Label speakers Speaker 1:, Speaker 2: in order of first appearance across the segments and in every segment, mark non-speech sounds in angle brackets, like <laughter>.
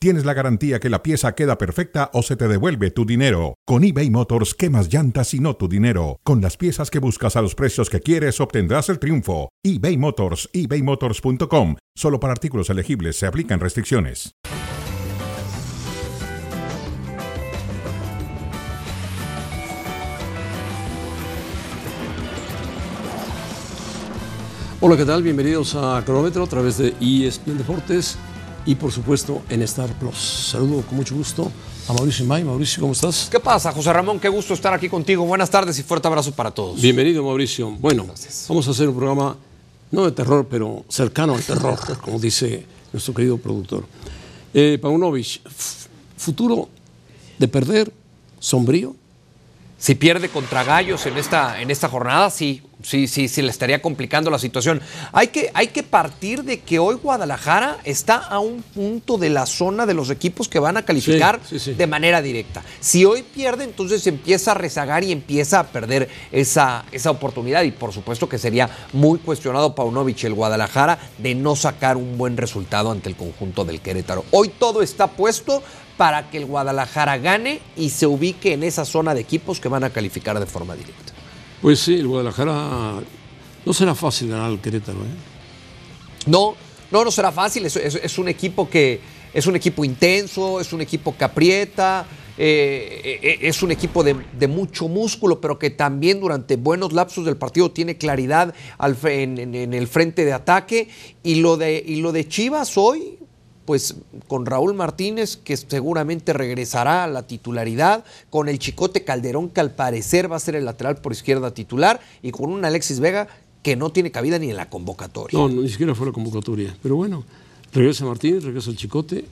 Speaker 1: tienes la garantía que la pieza queda perfecta o se te devuelve tu dinero. Con eBay Motors, quemas llantas y no tu dinero. Con las piezas que buscas a los precios que quieres, obtendrás el triunfo. eBay Motors, ebaymotors.com. Solo para artículos elegibles se aplican restricciones.
Speaker 2: Hola, ¿qué tal? Bienvenidos a Cronómetro a través de E ESPN Deportes y por supuesto en Star Plus. Saludo con mucho gusto a Mauricio Imay. Mauricio, ¿cómo estás?
Speaker 3: ¿Qué pasa, José Ramón? Qué gusto estar aquí contigo. Buenas tardes y fuerte abrazo para todos.
Speaker 2: Bienvenido, Mauricio. Bueno, vamos a hacer un programa no de terror, pero cercano al terror, como dice nuestro querido productor. Eh, Paunovic, f- futuro de perder, sombrío.
Speaker 3: Si pierde contra Gallos en esta, en esta jornada, sí, sí, sí, sí, le estaría complicando la situación. Hay que, hay que partir de que hoy Guadalajara está a un punto de la zona de los equipos que van a calificar
Speaker 2: Sí, sí, sí.
Speaker 3: de manera directa. Si hoy pierde, entonces empieza a rezagar y empieza a perder esa, esa oportunidad. Y por supuesto que sería muy cuestionado Paunovic el Guadalajara de no sacar un buen resultado ante el conjunto del Querétaro. Hoy todo está puesto para que el Guadalajara gane y se ubique en esa zona de equipos que van a calificar de forma directa.
Speaker 2: Pues sí, el Guadalajara no será fácil ganar al Querétaro. ¿eh?
Speaker 3: No, no, no será fácil. Es, es- es un equipo que es un equipo intenso, es un equipo que aprieta, eh, eh, es un equipo de, de mucho músculo, pero que también durante buenos lapsos del partido tiene claridad al fre- en, en- en el frente de ataque. Y lo de, y lo de Chivas hoy, pues con Raúl Martínez, que seguramente regresará a la titularidad, con el Chicote Calderón, que al parecer va a ser el lateral por izquierda titular, y con un Alexis Vega que no tiene cabida ni en la convocatoria.
Speaker 2: No, no, ni siquiera fue la convocatoria. Pero bueno, regresa Martínez, regresa el Chicote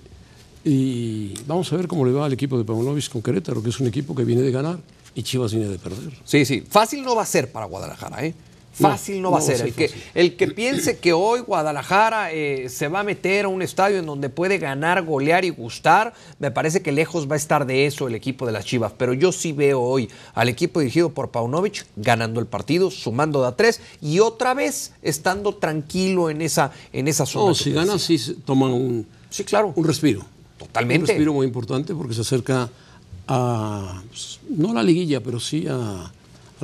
Speaker 2: y vamos a ver cómo le va al equipo de Paunovic con Querétaro, que es un equipo que viene de ganar y Chivas viene de perder.
Speaker 3: Sí, sí. Fácil no va a ser para Guadalajara, ¿eh? Fácil no,
Speaker 2: No,
Speaker 3: va a
Speaker 2: no
Speaker 3: ser.
Speaker 2: va a
Speaker 3: el,
Speaker 2: ser
Speaker 3: que,
Speaker 2: fácil.
Speaker 3: el que piense que hoy Guadalajara eh, se va a meter a un estadio en donde puede ganar, golear y gustar, me parece que lejos va a estar de eso el equipo de las Chivas. Pero yo sí veo hoy al equipo dirigido por Paunovic ganando el partido, sumando de a tres y otra vez estando tranquilo en esa, en esa zona.
Speaker 2: No,
Speaker 3: que
Speaker 2: si
Speaker 3: te
Speaker 2: gana,
Speaker 3: decía.
Speaker 2: sí se toman un,
Speaker 3: Sí, claro.
Speaker 2: un respiro.
Speaker 3: Totalmente.
Speaker 2: Un respiro muy importante porque se acerca a, pues, no a la liguilla, pero sí a, a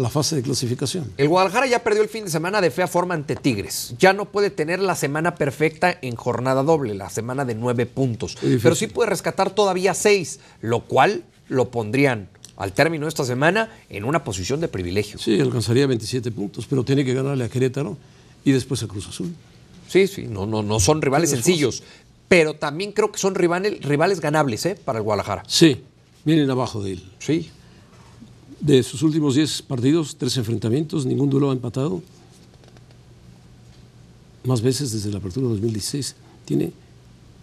Speaker 2: la fase de clasificación.
Speaker 3: El Guadalajara ya perdió el fin de semana de fea forma ante Tigres. Ya no puede tener la semana perfecta en jornada doble, la semana de nueve puntos.
Speaker 2: difícil.
Speaker 3: Pero sí puede rescatar todavía seis, lo cual lo pondrían al término de esta semana en una posición de privilegio.
Speaker 2: Sí, alcanzaría 27 puntos, pero tiene que ganarle a Querétaro y después a Cruz Azul.
Speaker 3: Sí, sí, no, no, no son rivales sencillos. Pero también creo que son rivales, rivales ganables ¿eh? para el Guadalajara.
Speaker 2: Sí, vienen abajo de él.
Speaker 3: Sí.
Speaker 2: De sus últimos 10 partidos, 3 enfrentamientos, ningún duelo ha empatado. Más veces desde la apertura de 2016. Tiene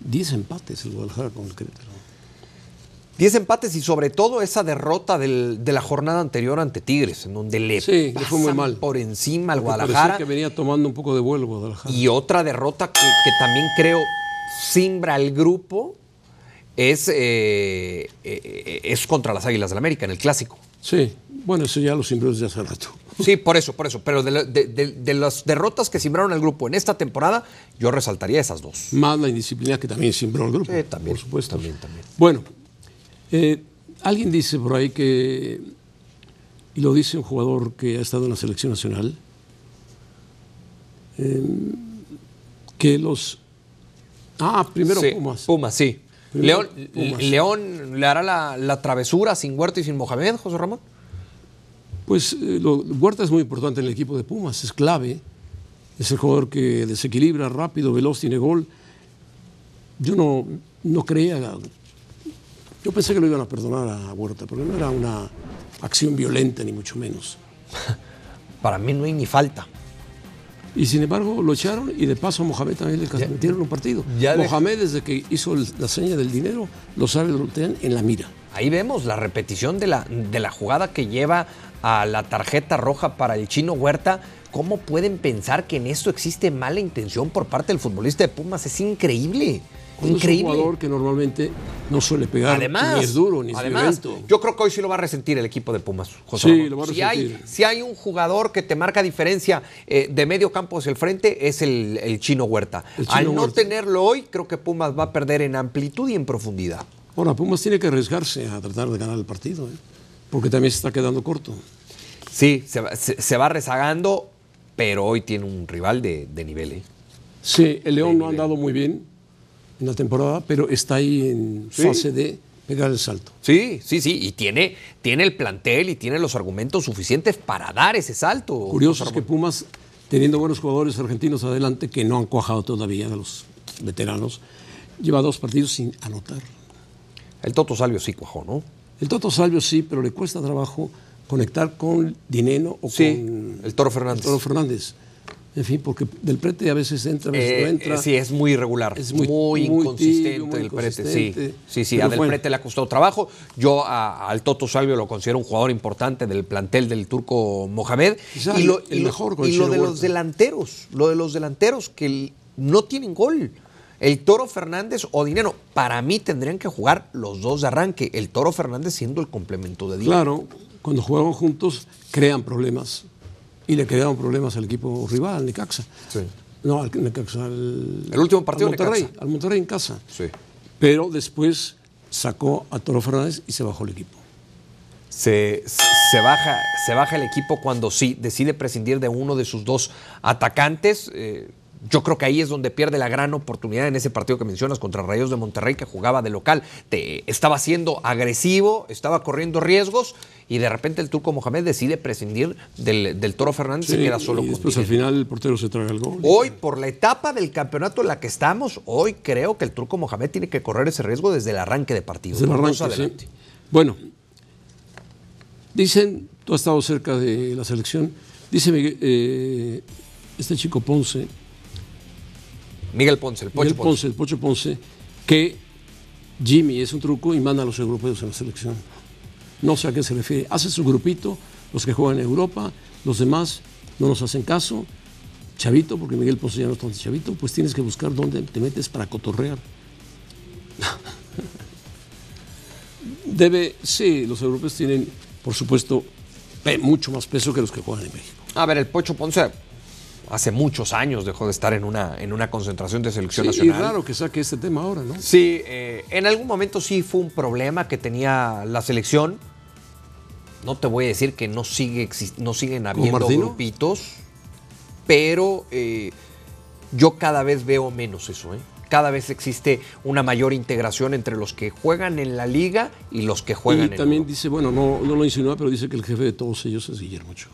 Speaker 2: 10 empates el Guadalajara con el Querétaro.
Speaker 3: Diez empates y sobre todo esa derrota del- de la jornada anterior ante Tigres, en donde le
Speaker 2: Sí, le
Speaker 3: pasan
Speaker 2: fue muy mal.
Speaker 3: por encima al
Speaker 2: Porque parecía
Speaker 3: Guadalajara.
Speaker 2: que venía tomando un poco de vuelo Guadalajara.
Speaker 3: Y otra derrota que, que también creo simbra al grupo es, eh, eh, es contra las Águilas del América en el clásico.
Speaker 2: Sí, bueno, eso ya lo simbró desde hace rato.
Speaker 3: Sí, por eso, por eso. Pero de, la- de- de- de las derrotas que simbraron al grupo en esta temporada, yo resaltaría esas dos.
Speaker 2: Más la indisciplina que también simbró el grupo.
Speaker 3: Sí, también,
Speaker 2: por supuesto.
Speaker 3: también, también.
Speaker 2: Bueno, eh, alguien dice por ahí que, y lo dice un jugador que ha estado en la selección nacional, eh, que los... Ah, primero
Speaker 3: Sí,
Speaker 2: Pumas.
Speaker 3: sí.
Speaker 2: Primero
Speaker 3: León,
Speaker 2: Pumas.
Speaker 3: León le hará la, la travesura sin Huerta y sin Mohamed, José Ramón.
Speaker 2: Pues eh, lo- Huerta es muy importante en el equipo de Pumas, es clave. Es el jugador que desequilibra rápido, veloz, tiene gol. Yo no, no creía. Yo pensé que lo iban a perdonar a Huerta, porque no era una acción violenta, ni mucho menos.
Speaker 3: Para mí no hay ni falta.
Speaker 2: Y sin embargo lo echaron y de paso a Mohamed también le metieron un partido.
Speaker 3: Ya de-
Speaker 2: Mohamed desde que hizo el- la seña del dinero, los árabes lo tenían en la mira.
Speaker 3: Ahí vemos la repetición de la, de la jugada que lleva a la tarjeta roja para el chino Huerta. ¿Cómo pueden pensar que en esto existe mala intención por parte del futbolista de Pumas? Es increíble.
Speaker 2: Cuando Pues Es
Speaker 3: Increíble.
Speaker 2: un jugador que normalmente no suele pegar,
Speaker 3: Además,
Speaker 2: ni es duro, ni
Speaker 3: además,
Speaker 2: es violento.
Speaker 3: yo creo que hoy sí lo va a resentir el equipo de Pumas, José
Speaker 2: Sí,
Speaker 3: Ramón.
Speaker 2: lo va a
Speaker 3: si, hay,
Speaker 2: resentir.
Speaker 3: si hay un jugador que te marca diferencia eh, de medio campo hacia el frente, es el, el chino Huerta.
Speaker 2: El Chino
Speaker 3: Al no
Speaker 2: Huerta.
Speaker 3: tenerlo hoy, creo que Pumas va a perder en amplitud y en profundidad.
Speaker 2: Ahora, Pumas tiene que arriesgarse a tratar de ganar el partido, ¿eh? porque también se está quedando corto.
Speaker 3: Sí, se va, se- se va rezagando, pero hoy tiene un rival de, de nivel. ¿eh?
Speaker 2: Sí, el León no ha andado muy bien en la temporada, pero está ahí en
Speaker 3: Sí.
Speaker 2: fase de pegar el salto.
Speaker 3: Sí, sí, sí, y tiene, tiene el plantel y tiene los argumentos suficientes para dar ese salto.
Speaker 2: Curioso es que Pumas, teniendo buenos jugadores argentinos adelante que no han cuajado todavía de los veteranos, lleva dos partidos sin anotar.
Speaker 3: El Toto Salvio sí cuajó, ¿no?
Speaker 2: El Toto Salvio sí, pero le cuesta trabajo conectar con Dineno o con
Speaker 3: el Toro Fernández.
Speaker 2: Toro Fernández. En fin, porque del prete a veces entra, a veces
Speaker 3: Eh,
Speaker 2: no entra.
Speaker 3: eh, sí, es muy irregular.
Speaker 2: Es
Speaker 3: muy,
Speaker 2: muy- muy
Speaker 3: inconsistente
Speaker 2: tibio, muy
Speaker 3: el Prete. Sí,
Speaker 2: inconsistente.
Speaker 3: sí, sí
Speaker 2: Pero
Speaker 3: a Del
Speaker 2: bueno.
Speaker 3: Prete le ha costado trabajo. Yo a- al Toto Salvio lo considero un jugador importante del plantel del turco Mohamed.
Speaker 2: Quizá
Speaker 3: y lo,
Speaker 2: el
Speaker 3: y lo-
Speaker 2: mejor con
Speaker 3: y
Speaker 2: el
Speaker 3: lo
Speaker 2: Chino
Speaker 3: de los
Speaker 2: Huerta.
Speaker 3: delanteros, lo de los delanteros que l- no tienen gol. El Toro Fernández o Dinero, para mí tendrían que jugar los dos de arranque. El Toro Fernández siendo el complemento de Dinero.
Speaker 2: Claro, cuando juegan juntos crean problemas y le crearon problemas al equipo rival, al Necaxa.
Speaker 3: Sí.
Speaker 2: No, al Necaxa, al,
Speaker 3: El último partido,
Speaker 2: al Monterrey,
Speaker 3: Necaxa.
Speaker 2: al Monterrey en casa.
Speaker 3: Sí.
Speaker 2: Pero después sacó a Toro Fernández y se bajó el equipo.
Speaker 3: se, se baja, se baja el equipo cuando sí decide prescindir de uno de sus dos atacantes. Eh, yo creo que ahí es donde pierde la gran oportunidad en ese partido que mencionas contra Rayos de Monterrey, que jugaba de local. Te- estaba siendo agresivo, estaba corriendo riesgos y de repente el turco Mohamed decide prescindir del, del Toro Fernández y se queda solo
Speaker 2: y
Speaker 3: con Oh,
Speaker 2: después al
Speaker 3: Dineno.
Speaker 2: final el portero se traga el gol.
Speaker 3: Hoy, por la etapa del campeonato en la que estamos, hoy creo que el turco Mohamed tiene que correr ese riesgo desde el arranque de partido.
Speaker 2: Desde el
Speaker 3: Vamos
Speaker 2: arranque, sí.
Speaker 3: adelante.
Speaker 2: Bueno, dicen, tú has estado cerca de la selección, dice Miguel- eh, este chico Ponce,
Speaker 3: Miguel Ponce, el Pocho
Speaker 2: Miguel
Speaker 3: Ponce.
Speaker 2: Ponce, el Pocho Ponce, que Jimmy es un truco y manda a los europeos a la selección. No sé a qué se refiere. Hace su grupito, los que juegan en Europa, los demás no nos hacen caso. Chavito, porque Miguel Ponce ya no está tan chavito, pues tienes que buscar dónde te metes para cotorrear. <laughs> Debe, sí, los europeos tienen, por supuesto, pe- mucho más peso que los que juegan en México.
Speaker 3: A ver, el Pocho Ponce hace muchos años dejó de estar en una, en una concentración de selección
Speaker 2: Sí, y
Speaker 3: nacional.
Speaker 2: raro que saque este tema ahora, ¿no?
Speaker 3: Sí, eh, en algún momento sí fue un problema que tenía la selección. No te voy a decir que no, sigue exis- no siguen habiendo
Speaker 2: Martino?
Speaker 3: grupitos, pero eh, yo cada vez veo menos eso. ¿eh? Cada vez existe una mayor integración entre los que juegan en la liga y los que juegan
Speaker 2: y
Speaker 3: en
Speaker 2: también
Speaker 3: Europa.
Speaker 2: dice, bueno, no, no lo insinúa, pero dice que el jefe de todos ellos es Guillermo Ochoa.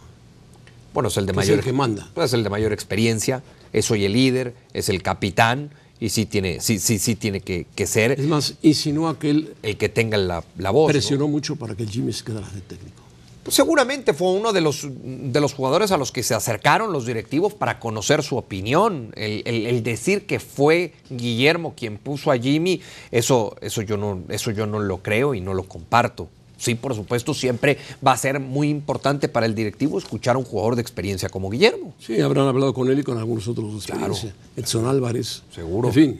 Speaker 3: Bueno, es el
Speaker 2: Que
Speaker 3: de
Speaker 2: es
Speaker 3: mayor
Speaker 2: el que manda.
Speaker 3: pues, es el de mayor experiencia, es hoy el líder, es el capitán y sí tiene, sí, sí, sí tiene que, que ser
Speaker 2: Es más, insinúa que él
Speaker 3: el que tenga la, la voz. ¿no?
Speaker 2: presionó mucho para que el Jimmy se quedara de técnico.
Speaker 3: Pues, seguramente fue uno de los, de los jugadores a los que se acercaron los directivos para conocer su opinión. El, el- el decir que fue Guillermo quien puso a Jimmy, eso, eso, yo no, eso yo no lo creo y no lo comparto. Sí, por supuesto, siempre va a ser muy importante para el directivo escuchar a un jugador de experiencia como Guillermo.
Speaker 2: Sí, habrán hablado con él y con algunos otros de experiencia. Edson Álvarez.
Speaker 3: Seguro.
Speaker 2: En fin,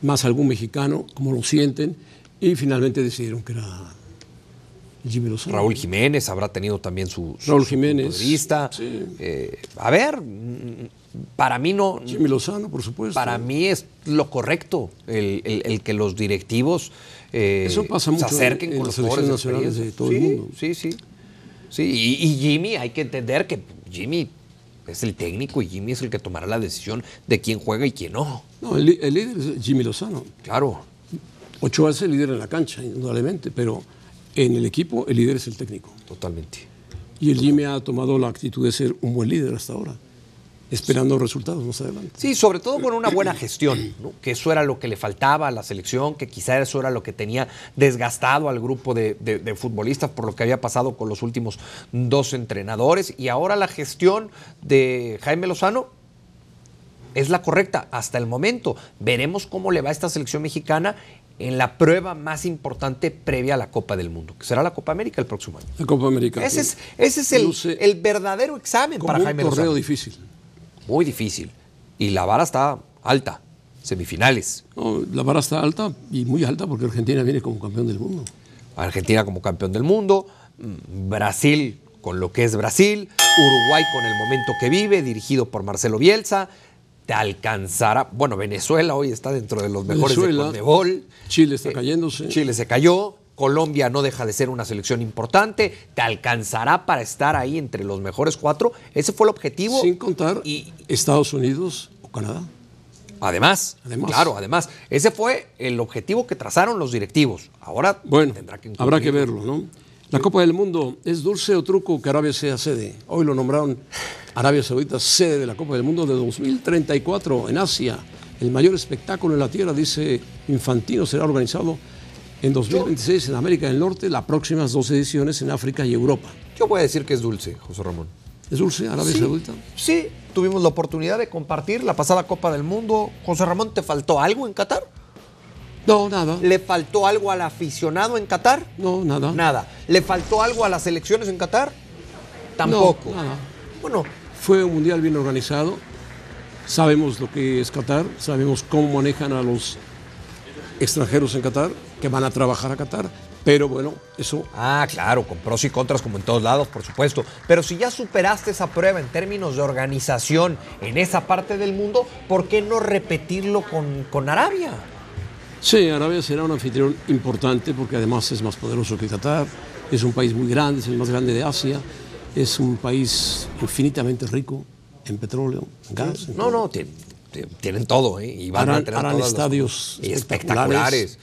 Speaker 2: más algún mexicano, como lo sienten. Y finalmente decidieron que era el Jimmy Lozano.
Speaker 3: Raúl Jiménez habrá tenido también su, su-
Speaker 2: Raúl
Speaker 3: su punto
Speaker 2: Jiménez,
Speaker 3: de vista.
Speaker 2: sí.
Speaker 3: Eh, a ver, mm, para mí no.
Speaker 2: Jimmy Lozano, por supuesto.
Speaker 3: Para mí es lo correcto el, el- el que los directivos eh,
Speaker 2: Eso pasa mucho
Speaker 3: se acerquen
Speaker 2: en
Speaker 3: con
Speaker 2: las
Speaker 3: los jugadores
Speaker 2: selecciones nacionales de
Speaker 3: experiencia.
Speaker 2: todo el
Speaker 3: Sí,
Speaker 2: mundo.
Speaker 3: Sí, sí. sí y, y Jimmy, hay que entender que Jimmy es el técnico y Jimmy es el que tomará la decisión de quién juega y quién no.
Speaker 2: No, el, li- el líder es Jimmy Lozano.
Speaker 3: Claro.
Speaker 2: Ochoa es el líder en la cancha, indudablemente, pero en el equipo el líder es el técnico.
Speaker 3: Totalmente.
Speaker 2: Y el Jimmy ha tomado la actitud de ser un buen líder hasta ahora, esperando resultados más adelante.
Speaker 3: Sí, sobre todo con una buena gestión, ¿no? que eso era lo que le faltaba a la selección, que quizá eso era lo que tenía desgastado al grupo de, de- de futbolistas por lo que había pasado con los últimos dos entrenadores. Y ahora la gestión de Jaime Lozano es la correcta hasta el momento. Veremos cómo le va a esta selección mexicana en la prueba más importante previa a la Copa del Mundo, que será la Copa América el próximo año.
Speaker 2: La Copa América. eh,
Speaker 3: Ese es, ese es el,
Speaker 2: Luce
Speaker 3: el verdadero examen
Speaker 2: como
Speaker 3: para
Speaker 2: un
Speaker 3: Jaime
Speaker 2: torneo
Speaker 3: Lozano.
Speaker 2: difícil.
Speaker 3: Muy difícil. Y la vara está alta. Semifinales.
Speaker 2: No, la vara está alta y muy alta porque Argentina viene como campeón del mundo.
Speaker 3: Argentina como campeón del mundo, mm, Brasil con lo que es Brasil, Uruguay con el momento que vive, dirigido por Marcelo Bielsa, te alcanzará. Bueno, Venezuela hoy está dentro de los mejores
Speaker 2: Venezuela,
Speaker 3: de Conmebol.
Speaker 2: Chile está
Speaker 3: Eh,
Speaker 2: cayéndose.
Speaker 3: Chile se cayó. Colombia no deja de ser una selección importante. Te alcanzará para estar ahí entre los mejores cuatro. Ese fue el objetivo.
Speaker 2: Sin contar
Speaker 3: Y
Speaker 2: Estados Unidos o Canadá.
Speaker 3: además,
Speaker 2: Además.
Speaker 3: claro, además. Ese fue el objetivo que trazaron los directivos. Ahora
Speaker 2: Bueno,
Speaker 3: tendrá que
Speaker 2: habrá que
Speaker 3: incumplirlo.
Speaker 2: verlo, ¿no? La Copa del Mundo, ¿es dulce o truco que Arabia sea sede? Hoy lo nombraron Arabia Saudita sede de la Copa del Mundo de 2034 en Asia. El mayor espectáculo en la Tierra, dice Infantino, será organizado en 2026 en América del Norte, las próximas dos ediciones en África y Europa.
Speaker 3: Yo voy a decir que es dulce, José Ramón.
Speaker 2: ¿Es dulce Arabia Saudita?
Speaker 3: Sí, tuvimos la oportunidad de compartir la pasada Copa del Mundo. José Ramón, ¿te faltó algo en Qatar?
Speaker 2: No, nada.
Speaker 3: ¿Le faltó algo al aficionado en Qatar?
Speaker 2: No, nada.
Speaker 3: Eh, Nada. ¿Le faltó algo a las elecciones en Qatar? Tampoco.
Speaker 2: nada.
Speaker 3: Bueno,
Speaker 2: Fue un mundial bien organizado. Sabemos lo que es Qatar, sabemos cómo manejan a los extranjeros en Qatar, que van a trabajar a Qatar, pero bueno, eso
Speaker 3: ah, claro, con pros y contras como en todos lados, por supuesto. Pero si ya superaste esa prueba en términos de organización en esa parte del mundo, ¿por qué no repetirlo con, con Arabia?
Speaker 2: Sí, Arabia será un anfitrión importante porque además es más poderoso que Qatar, es un país muy grande, es el más grande de Asia, es un país infinitamente rico en petróleo, en gas. en
Speaker 3: No,
Speaker 2: todo.
Speaker 3: no, ti- ti- tienen todo, ¿eh? Y van a
Speaker 2: Harán-
Speaker 3: tener
Speaker 2: harán
Speaker 3: todas las-
Speaker 2: estadios
Speaker 3: y
Speaker 2: espectaculares.
Speaker 3: espectaculares.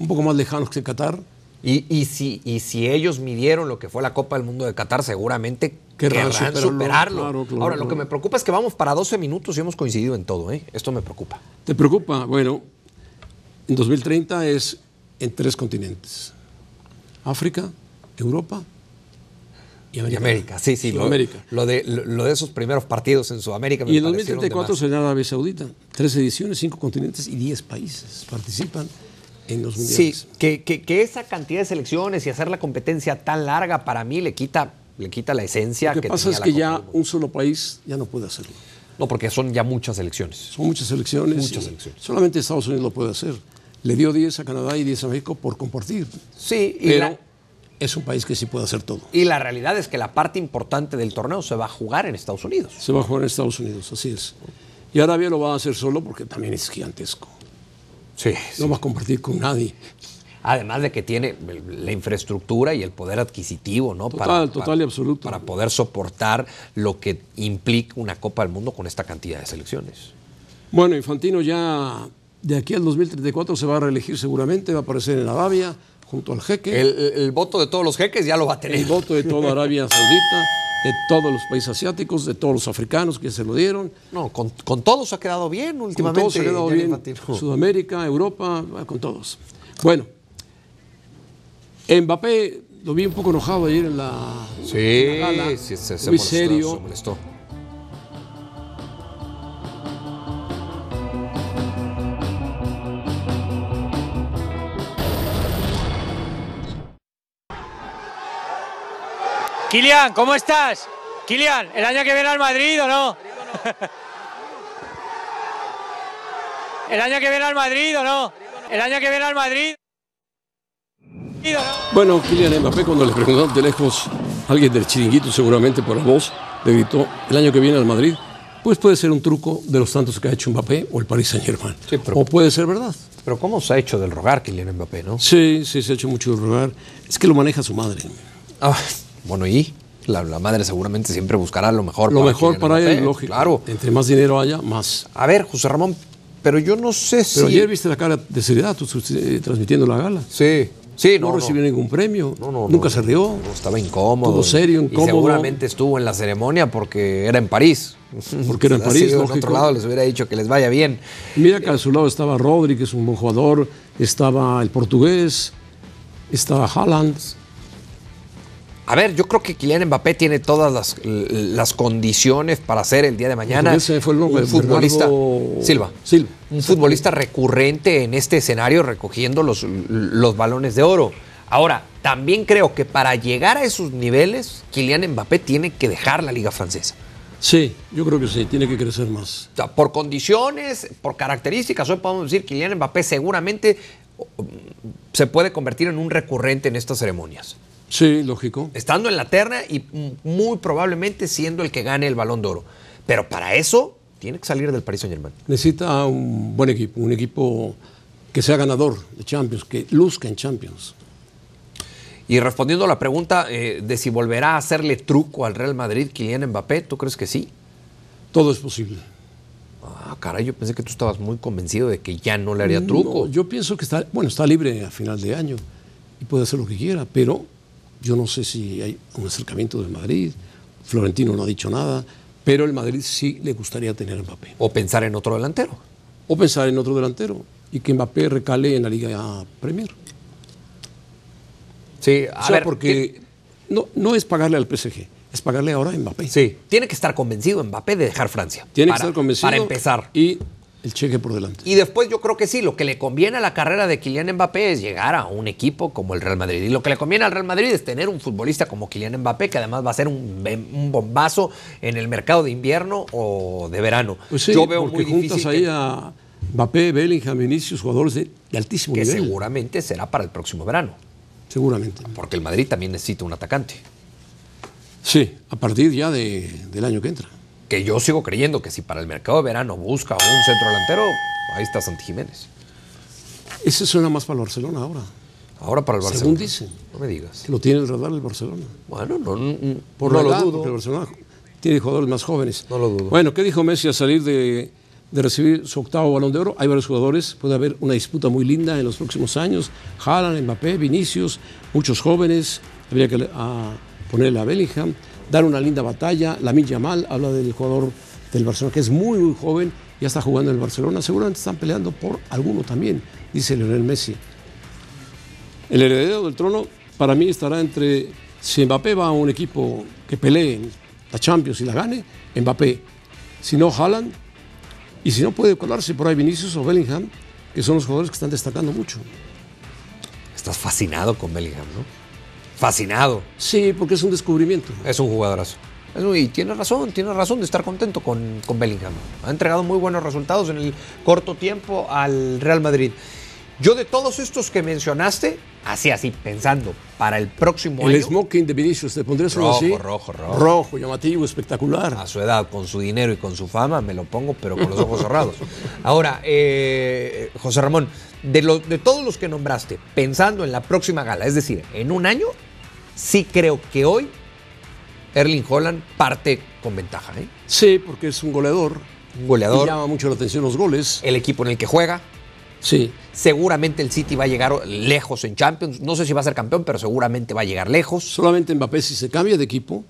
Speaker 2: Un poco más lejanos que Qatar.
Speaker 3: Y, y si, y si ellos midieron lo que fue la Copa del Mundo de Qatar, seguramente
Speaker 2: Querrán
Speaker 3: querrán,
Speaker 2: superarlo,
Speaker 3: superarlo.
Speaker 2: claro, claro,
Speaker 3: Ahora,
Speaker 2: claro.
Speaker 3: lo que me preocupa es que vamos para 12 minutos y hemos coincidido en todo. ¿eh? Esto me preocupa.
Speaker 2: ¿Te preocupa? Bueno, en 2030 es en tres continentes. África, Europa y
Speaker 3: Y
Speaker 2: América.
Speaker 3: América, sí, sí. Lo,
Speaker 2: Sudamérica.
Speaker 3: lo de, lo, lo de esos primeros partidos en Sudamérica me
Speaker 2: Y en
Speaker 3: parecieron de
Speaker 2: 2034
Speaker 3: más.
Speaker 2: será Arabia Saudita. Tres ediciones, cinco continentes y diez países participan en los
Speaker 3: Sí,
Speaker 2: mundiales.
Speaker 3: que, que- que esa cantidad de selecciones y hacer la competencia tan larga para mí le quita, le quita la esencia
Speaker 2: Lo que pasa
Speaker 3: tenía
Speaker 2: es
Speaker 3: la
Speaker 2: que
Speaker 3: Copa
Speaker 2: ya
Speaker 3: del Mundo.
Speaker 2: un solo país ya no puede hacerlo.
Speaker 3: No, porque son ya muchas selecciones.
Speaker 2: Son muchas elecciones.
Speaker 3: Muchas
Speaker 2: y
Speaker 3: elecciones.
Speaker 2: Solamente Estados Unidos lo puede hacer. Le dio 10 a Canadá y 10 a México por compartir.
Speaker 3: Sí, y
Speaker 2: Pero
Speaker 3: la-
Speaker 2: es un país que sí puede hacer todo.
Speaker 3: Y la realidad es que la parte importante del torneo se va a jugar en Estados Unidos.
Speaker 2: Se va a jugar en Estados Unidos, así es. Y Arabia lo va a hacer solo porque también es gigantesco.
Speaker 3: Sí.
Speaker 2: No va a compartir con nadie.
Speaker 3: Además de que tiene la infraestructura y el poder adquisitivo, ¿no?
Speaker 2: Total, total y absoluto.
Speaker 3: Para poder soportar lo que implica una Copa del Mundo con esta cantidad de selecciones.
Speaker 2: Bueno, Infantino ya de aquí al 2034 se va a reelegir seguramente, va a aparecer en Arabia junto al jeque.
Speaker 3: El, el voto de todos los jeques ya lo va a
Speaker 2: el
Speaker 3: tener.
Speaker 2: voto de toda Arabia Saudita, de todos los países asiáticos, de todos los africanos que ya se lo dieron.
Speaker 3: No, con, con todos ha quedado bien
Speaker 2: Con
Speaker 3: últimamente.
Speaker 2: todos se ha quedado
Speaker 3: Gianni
Speaker 2: bien.
Speaker 3: Infantino.
Speaker 2: <laughs> Sudamérica, Europa, ah, con todos. Bueno, Mbappé lo vi un poco enojado ayer en la, en la
Speaker 3: Sí,
Speaker 2: gala.
Speaker 3: sí, se, se
Speaker 2: Muy
Speaker 3: molestó,
Speaker 2: serio.
Speaker 3: se molestó.
Speaker 4: Kilian, ¿cómo estás? Kilian, ¿el año que viene al Madrid o no? <laughs> ¿El año que viene al Madrid o no? ¿El año que viene al Madrid? ¿Y o no?
Speaker 2: Bueno, Kylian Mbappé, cuando le preguntaron de lejos, alguien del chiringuito seguramente por la voz, le gritó, el año que viene al Madrid, pues puede ser un truco de los tantos que ha hecho Mbappé o el Paris Saint Germain.
Speaker 3: Sí, pero-
Speaker 2: O puede ser verdad.
Speaker 3: Pero ¿cómo se ha hecho del rogar Kylian Mbappé, no?
Speaker 2: Sí, sí, se ha hecho mucho rogar. Es que lo maneja su madre.
Speaker 3: Ah, bueno, y la, la madre seguramente siempre buscará lo mejor.
Speaker 2: Lo
Speaker 3: para
Speaker 2: mejor
Speaker 3: Kylian
Speaker 2: para él,
Speaker 3: Mbappé,
Speaker 2: lógico.
Speaker 3: Claro.
Speaker 2: Entre más dinero haya, más.
Speaker 3: A ver, José Ramón, pero yo no sé si.
Speaker 2: Pero ayer viste la cara de seriedad tú, eh, transmitiendo la gala.
Speaker 3: Sí, sí, no.
Speaker 2: No,
Speaker 3: no.
Speaker 2: recibió ningún premio.
Speaker 3: No, no,
Speaker 2: Nunca
Speaker 3: no,
Speaker 2: se rió.
Speaker 3: no, estaba incómodo.
Speaker 2: Estuvo serio,
Speaker 3: Y
Speaker 2: incómodo.
Speaker 3: seguramente estuvo en la ceremonia porque era en París.
Speaker 2: Porque era en
Speaker 3: <laughs> Ha
Speaker 2: París,
Speaker 3: sido en
Speaker 2: lógico.
Speaker 3: otro lado les hubiera dicho que les vaya bien.
Speaker 2: Mira que a su lado estaba Rodri, que es un buen jugador, estaba el portugués, estaba Haaland.
Speaker 3: A ver, yo creo que Kylian Mbappé tiene todas las, las condiciones para ser el día de mañana
Speaker 2: Ese fue el nombre,
Speaker 3: un futbolista
Speaker 2: Bernardo
Speaker 3: Silva,
Speaker 2: Silva.
Speaker 3: un futbolista recurrente en este escenario recogiendo los, los balones de oro. Ahora, también creo que para llegar a esos niveles, Kylian Mbappé tiene que dejar la liga francesa.
Speaker 2: Sí, yo creo que sí, tiene que crecer más.
Speaker 3: O sea, por condiciones, por características, hoy podemos decir que Kylian Mbappé seguramente um, se puede convertir en un recurrente en estas ceremonias.
Speaker 2: Sí, lógico.
Speaker 3: Estando en la terna y muy probablemente siendo el que gane el balón de oro. Pero para eso tiene que salir del Paris Saint Germain.
Speaker 2: Necesita un buen equipo, un equipo que sea ganador de Champions, que luzca en Champions.
Speaker 3: Y respondiendo a la pregunta eh, de si volverá a hacerle truco al Real Madrid Kylian Mbappé, ¿tú crees que sí?
Speaker 2: Todo es posible.
Speaker 3: Ah, caray, yo pensé que tú estabas muy convencido de que ya no le haría truco.
Speaker 2: No, yo pienso que está, bueno, está libre a final de año y puede hacer lo que quiera, pero yo no sé si hay un acercamiento del Madrid. Florentino no ha dicho nada, pero el Madrid sí le gustaría tener a Mbappé.
Speaker 3: O pensar en otro delantero.
Speaker 2: O pensar en otro delantero y que Mbappé recale en la Liga Premier.
Speaker 3: Sí, a
Speaker 2: O sea,
Speaker 3: ver,
Speaker 2: porque no, no es pagarle al PSG, es pagarle ahora a Mbappé.
Speaker 3: Sí, tiene que estar convencido Mbappé de dejar Francia.
Speaker 2: Tiene
Speaker 3: para-
Speaker 2: que estar convencido.
Speaker 3: Para empezar.
Speaker 2: Y el cheque por delante.
Speaker 3: Y después yo creo que sí, lo que le conviene a la carrera de Kylian Mbappé es llegar a un equipo como el Real Madrid. Y lo que le conviene al Real Madrid es tener un futbolista como Kylian Mbappé, que además va a ser un, be- un bombazo en el mercado de invierno o de verano.
Speaker 2: Pues sí,
Speaker 3: yo veo
Speaker 2: porque
Speaker 3: muy
Speaker 2: juntas
Speaker 3: difícil
Speaker 2: ahí
Speaker 3: que,
Speaker 2: a Mbappé, Bellingham, Vinicius, jugadores de, de altísimo
Speaker 3: que
Speaker 2: nivel.
Speaker 3: seguramente será para el próximo verano,
Speaker 2: Seguramente.
Speaker 3: porque el Madrid también necesita un atacante.
Speaker 2: Sí, a partir ya de, del año que entra.
Speaker 3: Que yo sigo creyendo que si para el mercado de verano busca un centro delantero, ahí está Santi Jiménez.
Speaker 2: Ese suena más para el Barcelona ahora.
Speaker 3: Ahora para el Barcelona.
Speaker 2: Según dicen.
Speaker 3: No me digas.
Speaker 2: Que lo tiene el radar el Barcelona.
Speaker 3: Bueno, no, no-
Speaker 2: Por
Speaker 3: no
Speaker 2: la
Speaker 3: lo
Speaker 2: edad,
Speaker 3: dudo.
Speaker 2: porque el Barcelona tiene jugadores más jóvenes.
Speaker 3: No lo dudo.
Speaker 2: Bueno, ¿qué dijo Messi al salir de, de recibir su octavo balón de oro? Hay varios jugadores, puede haber una disputa muy linda en los próximos años. Haaland, Mbappé, Vinicius, muchos jóvenes. Habría que le- a ponerle a Bellingham, dar una linda batalla. Lamin Yamal habla del jugador del Barcelona que es muy, muy joven, ya está jugando en el Barcelona. Seguramente están peleando por alguno también, dice Lionel Messi. El heredero del trono para mí estará entre si Mbappé va a un equipo que pelee en la Champions y la gane, Mbappé. Si no, Haaland. Y si no puede colarse por ahí Vinicius o Bellingham, que son los jugadores que están destacando mucho.
Speaker 3: Estás fascinado con Bellingham, ¿no? Fascinado.
Speaker 2: Sí, porque es un descubrimiento.
Speaker 3: Es un jugadorazo. Es un- y tiene razón, tiene razón de estar contento con, con Bellingham. Ha entregado muy buenos resultados en el corto tiempo al Real Madrid. Yo de todos estos que mencionaste, así, así, pensando, para el próximo
Speaker 2: El
Speaker 3: año,
Speaker 2: smoking de Vinicius, ¿te pondrías uno
Speaker 3: Rojo,
Speaker 2: así?
Speaker 3: rojo, rojo. Ah,
Speaker 2: Rojo, llamativo, espectacular.
Speaker 3: a su edad, con su dinero y con su fama, me lo pongo, pero con los ojos cerrados. Ahora, eh, José Ramón, de, lo- de todos los que nombraste, pensando en la próxima gala, es decir, en un año, sí creo que hoy Erling Holland parte con ventaja. ¿eh?
Speaker 2: Sí, porque es un goleador.
Speaker 3: Un
Speaker 2: Y
Speaker 3: goleador,
Speaker 2: llama mucho la atención los goles.
Speaker 3: el equipo en el que juega.
Speaker 2: Sí.
Speaker 3: Seguramente el City va a llegar lejos en Champions. No sé si va a ser campeón, pero seguramente va a llegar lejos.
Speaker 2: Solamente Mbappé si se cambia de equipo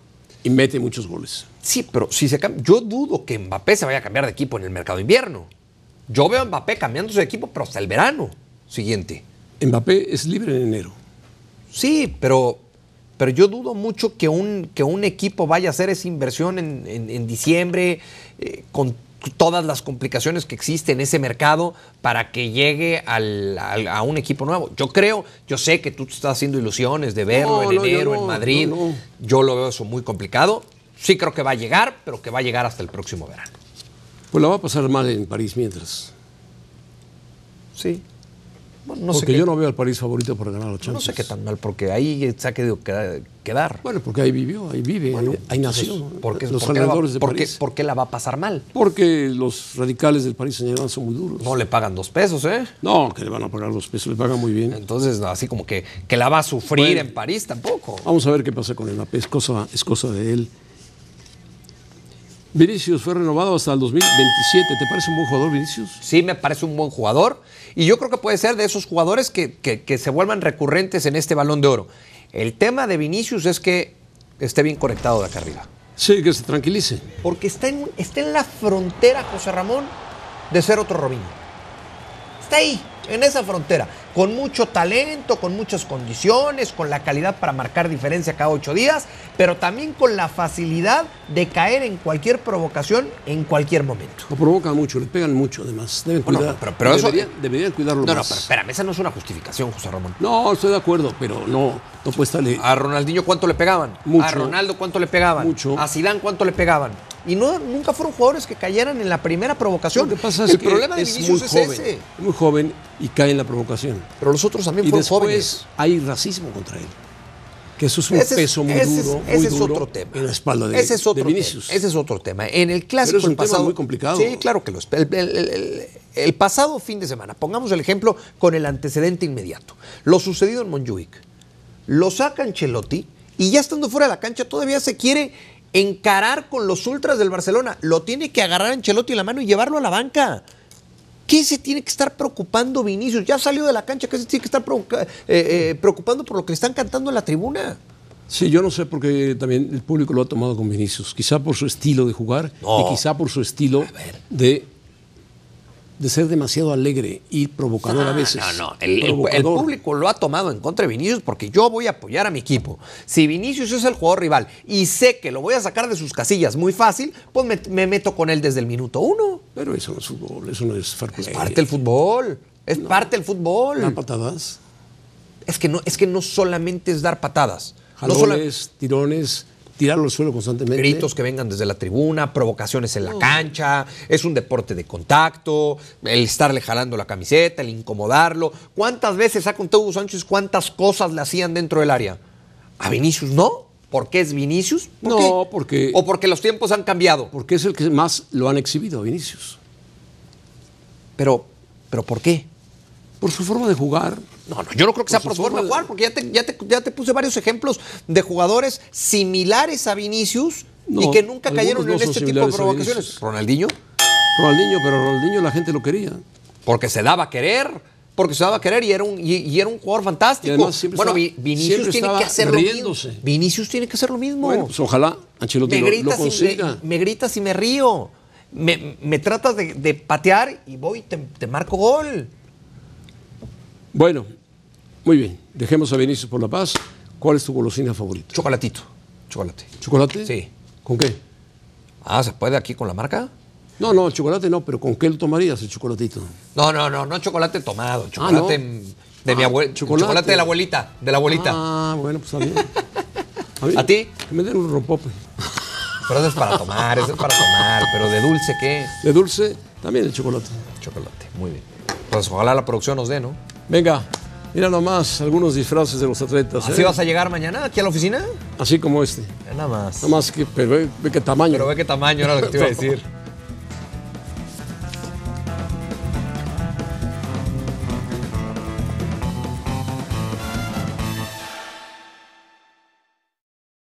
Speaker 2: y mete muchos goles.
Speaker 3: Sí, pero si se cambia. Yo dudo que Mbappé se vaya a cambiar de equipo en el mercado de invierno. Yo veo a Mbappé cambiándose de equipo, pero hasta el verano siguiente.
Speaker 2: Mbappé es libre en enero.
Speaker 3: Sí, pero, pero yo dudo mucho que un, que un equipo vaya a hacer esa inversión en, en- en diciembre, eh, con todas las complicaciones que existen en ese mercado, para que llegue al- al- a un equipo nuevo. Yo creo, yo sé que tú te estás haciendo ilusiones de verlo
Speaker 2: No,
Speaker 3: en
Speaker 2: no, yo
Speaker 3: enero,
Speaker 2: no,
Speaker 3: en Madrid.
Speaker 2: yo no.
Speaker 3: Yo lo veo eso muy complicado. Sí creo que va a llegar, pero que va a llegar hasta el próximo verano.
Speaker 2: Pues la va a pasar mal en París mientras.
Speaker 3: Sí. Bueno, no, sé
Speaker 2: porque
Speaker 3: qué,
Speaker 2: yo no veo al París favorito para ganar los
Speaker 3: yo no
Speaker 2: Champions.
Speaker 3: sé qué tan mal, porque ahí se ha querido queda- quedar.
Speaker 2: Bueno, porque ahí vivió, ahí vive, ahí, ahí nació.
Speaker 3: Entonces, ¿por qué-
Speaker 2: los
Speaker 3: por qué la va-
Speaker 2: ganadores de
Speaker 3: por qué-
Speaker 2: París.
Speaker 3: ¿Por qué la va a pasar mal?
Speaker 2: Porque los radicales del París Saint Germain son muy duros.
Speaker 3: No le pagan dos pesos, ¿eh?
Speaker 2: No, que le van a pagar los pesos, le pagan muy bien.
Speaker 3: Entonces, no, así como que, que la va a sufrir en París tampoco.
Speaker 2: Vamos a ver qué pasa con Mbappé, es cosa, es cosa de él. Vinicius fue renovado hasta el 2027. ¿Te parece un buen jugador, Vinicius?
Speaker 3: Sí, me parece un buen jugador. Y yo creo que puede ser de esos jugadores que, que- que se vuelvan recurrentes en este balón de oro. El tema de Vinicius es que esté bien conectado de acá arriba.
Speaker 2: Sí, que se tranquilice.
Speaker 3: Porque está en, un- está en la frontera, José Ramón, de ser otro Robinho. Está ahí, en esa frontera. con mucho talento, con muchas condiciones, con la calidad para marcar diferencia cada ocho días, pero también con la facilidad de caer en cualquier provocación en cualquier momento.
Speaker 2: Lo provocan mucho, le pegan mucho además. Deben cuidar,
Speaker 3: no, pero, pero eso,
Speaker 2: deberían, deberían cuidarlo
Speaker 3: no,
Speaker 2: más.
Speaker 3: No, pero espérame, esa no es una justificación, José Ramón.
Speaker 2: No, estoy de acuerdo, pero no, no puede estarle...
Speaker 3: A Ronaldinho cuánto le pegaban,
Speaker 2: Mucho.
Speaker 3: a Ronaldo cuánto le pegaban,
Speaker 2: Mucho.
Speaker 3: a Zidane cuánto le pegaban. Y no, nunca fueron jugadores que cayeran en la primera provocación.
Speaker 2: Lo que pasa es
Speaker 3: El
Speaker 2: que
Speaker 3: problema de
Speaker 2: es
Speaker 3: Vinicius
Speaker 2: muy
Speaker 3: es
Speaker 2: joven,
Speaker 3: ese.
Speaker 2: muy joven y cae en la provocación.
Speaker 3: Pero los otros también
Speaker 2: Y
Speaker 3: fueron
Speaker 2: después
Speaker 3: jóvenes.
Speaker 2: hay racismo contra él. Que eso es un
Speaker 3: Ese es-
Speaker 2: peso muy
Speaker 3: ese es-
Speaker 2: duro, muy
Speaker 3: ese es
Speaker 2: duro
Speaker 3: otro tema.
Speaker 2: en la espalda de,
Speaker 3: ese es otro
Speaker 2: de Vinicius.
Speaker 3: Tema. Ese es otro tema. En el clásico
Speaker 2: es un
Speaker 3: el
Speaker 2: tema
Speaker 3: pasado,
Speaker 2: muy complicado.
Speaker 3: Sí, claro que lo es. El, el- el- el- el pasado fin de semana, pongamos el ejemplo con el antecedente inmediato. Lo sucedido en Montjuic. Lo saca Ancelotti y ya estando fuera de la cancha todavía se quiere encarar con los ultras del Barcelona. Lo tiene que agarrar Ancelotti en la mano y llevarlo a la banca. ¿Qué se tiene que estar preocupando Vinicius? Ya salió de la cancha, ¿qué se tiene que estar provoca- eh, eh, preocupando por lo que le están cantando en la tribuna?
Speaker 2: Sí, yo no sé por qué también el público lo ha tomado con Vinicius. Quizá por su estilo de jugar
Speaker 3: No.
Speaker 2: y quizá por su estilo de, de ser demasiado alegre y provocador a veces.
Speaker 3: Ah, No, no, el, el- el
Speaker 2: Provocador.
Speaker 3: público lo ha tomado en contra de Vinicius porque yo voy a apoyar a mi equipo. Si Vinicius es el jugador rival y sé que lo voy a sacar de sus casillas muy fácil, pues me, me meto con él desde el minuto uno.
Speaker 2: Pero eso no es fútbol, eso no es fair play.
Speaker 3: Es parte del fútbol. Es parte del fútbol.
Speaker 2: Dar patadas,
Speaker 3: Es que no, es que no solamente es dar patadas. No
Speaker 2: jalones,
Speaker 3: solamente
Speaker 2: tirones, tirarlo al suelo constantemente.
Speaker 3: gritos que vengan desde la tribuna, provocaciones en la cancha, es un deporte de contacto, el estarle jalando la camiseta, el incomodarlo. ¿Cuántas veces ha contado Hugo Sánchez cuántas cosas le hacían dentro del área? A Vinicius no. ¿Por qué es Vinicius? ¿Por
Speaker 2: No,
Speaker 3: qué?
Speaker 2: porque-
Speaker 3: O porque los tiempos han cambiado.
Speaker 2: Porque es el que más lo han exhibido a Vinicius.
Speaker 3: Pero, ¿pero por qué?
Speaker 2: Por su forma de jugar.
Speaker 3: No, no, Pues yo no creo
Speaker 2: Pues
Speaker 3: que sea por su forma de jugar, porque ya te, ya te- ya te puse varios ejemplos de jugadores similares a Vinicius y
Speaker 2: No,
Speaker 3: que nunca cayeron en
Speaker 2: algunos no son
Speaker 3: este tipo de
Speaker 2: similares a
Speaker 3: provocaciones.
Speaker 2: Vinicius.
Speaker 3: ¿Ronaldinho?
Speaker 2: Ronaldinho, pero Ronaldinho la gente lo quería.
Speaker 3: porque se daba a querer, porque se daba a querer y era un, y, y era un jugador fantástico.
Speaker 2: Y además siempre
Speaker 3: bueno,
Speaker 2: estaba-
Speaker 3: Vi- Vinicius
Speaker 2: siempre
Speaker 3: tiene
Speaker 2: estaba
Speaker 3: que hacer
Speaker 2: riéndose.
Speaker 3: lo mismo. Vinicius tiene que hacer lo mismo.
Speaker 2: Bueno, pues ojalá Ancelotti
Speaker 3: me,
Speaker 2: lo, lo
Speaker 3: gritas y
Speaker 2: consiga.
Speaker 3: me, me gritas y me río. Me, me tratas de, de patear y voy y te, te marco gol.
Speaker 2: Bueno, muy bien. Dejemos a Vinicius por la paz. ¿Cuál es tu golosina favorita?
Speaker 3: Chocolatito. Chocolate.
Speaker 2: ¿Chocolate?
Speaker 3: Sí.
Speaker 2: ¿Con qué?
Speaker 3: Ah, ¿se puede aquí con la marca?
Speaker 2: No, no, el chocolate no, pero ¿con qué lo tomarías el chocolatito?
Speaker 3: No, no, no, no chocolate tomado. Chocolate
Speaker 2: Ah, ¿no?
Speaker 3: de mi
Speaker 2: Ah,
Speaker 3: abuelita. Chocolate.
Speaker 2: chocolate.
Speaker 3: de la abuelita. De la abuelita.
Speaker 2: Ah, bueno, pues está
Speaker 3: <laughs>
Speaker 2: bien. Está bien.
Speaker 3: ¿A ti?
Speaker 2: Que me den un rompope.
Speaker 3: Pero eso es para tomar, eso es para tomar. Pero de dulce, ¿qué?
Speaker 2: De dulce, también el chocolate.
Speaker 3: Chocolate, muy bien. Pues ojalá la producción nos dé, ¿no?
Speaker 2: Venga, mira nomás algunos disfraces de los atletas.
Speaker 3: ¿Así
Speaker 2: ¿eh?
Speaker 3: vas a llegar mañana aquí a la oficina?
Speaker 2: Así como este.
Speaker 3: Nada más.
Speaker 2: Nada más que, pero ve, ve qué tamaño.
Speaker 3: Pero ve qué tamaño era lo que te iba a decir.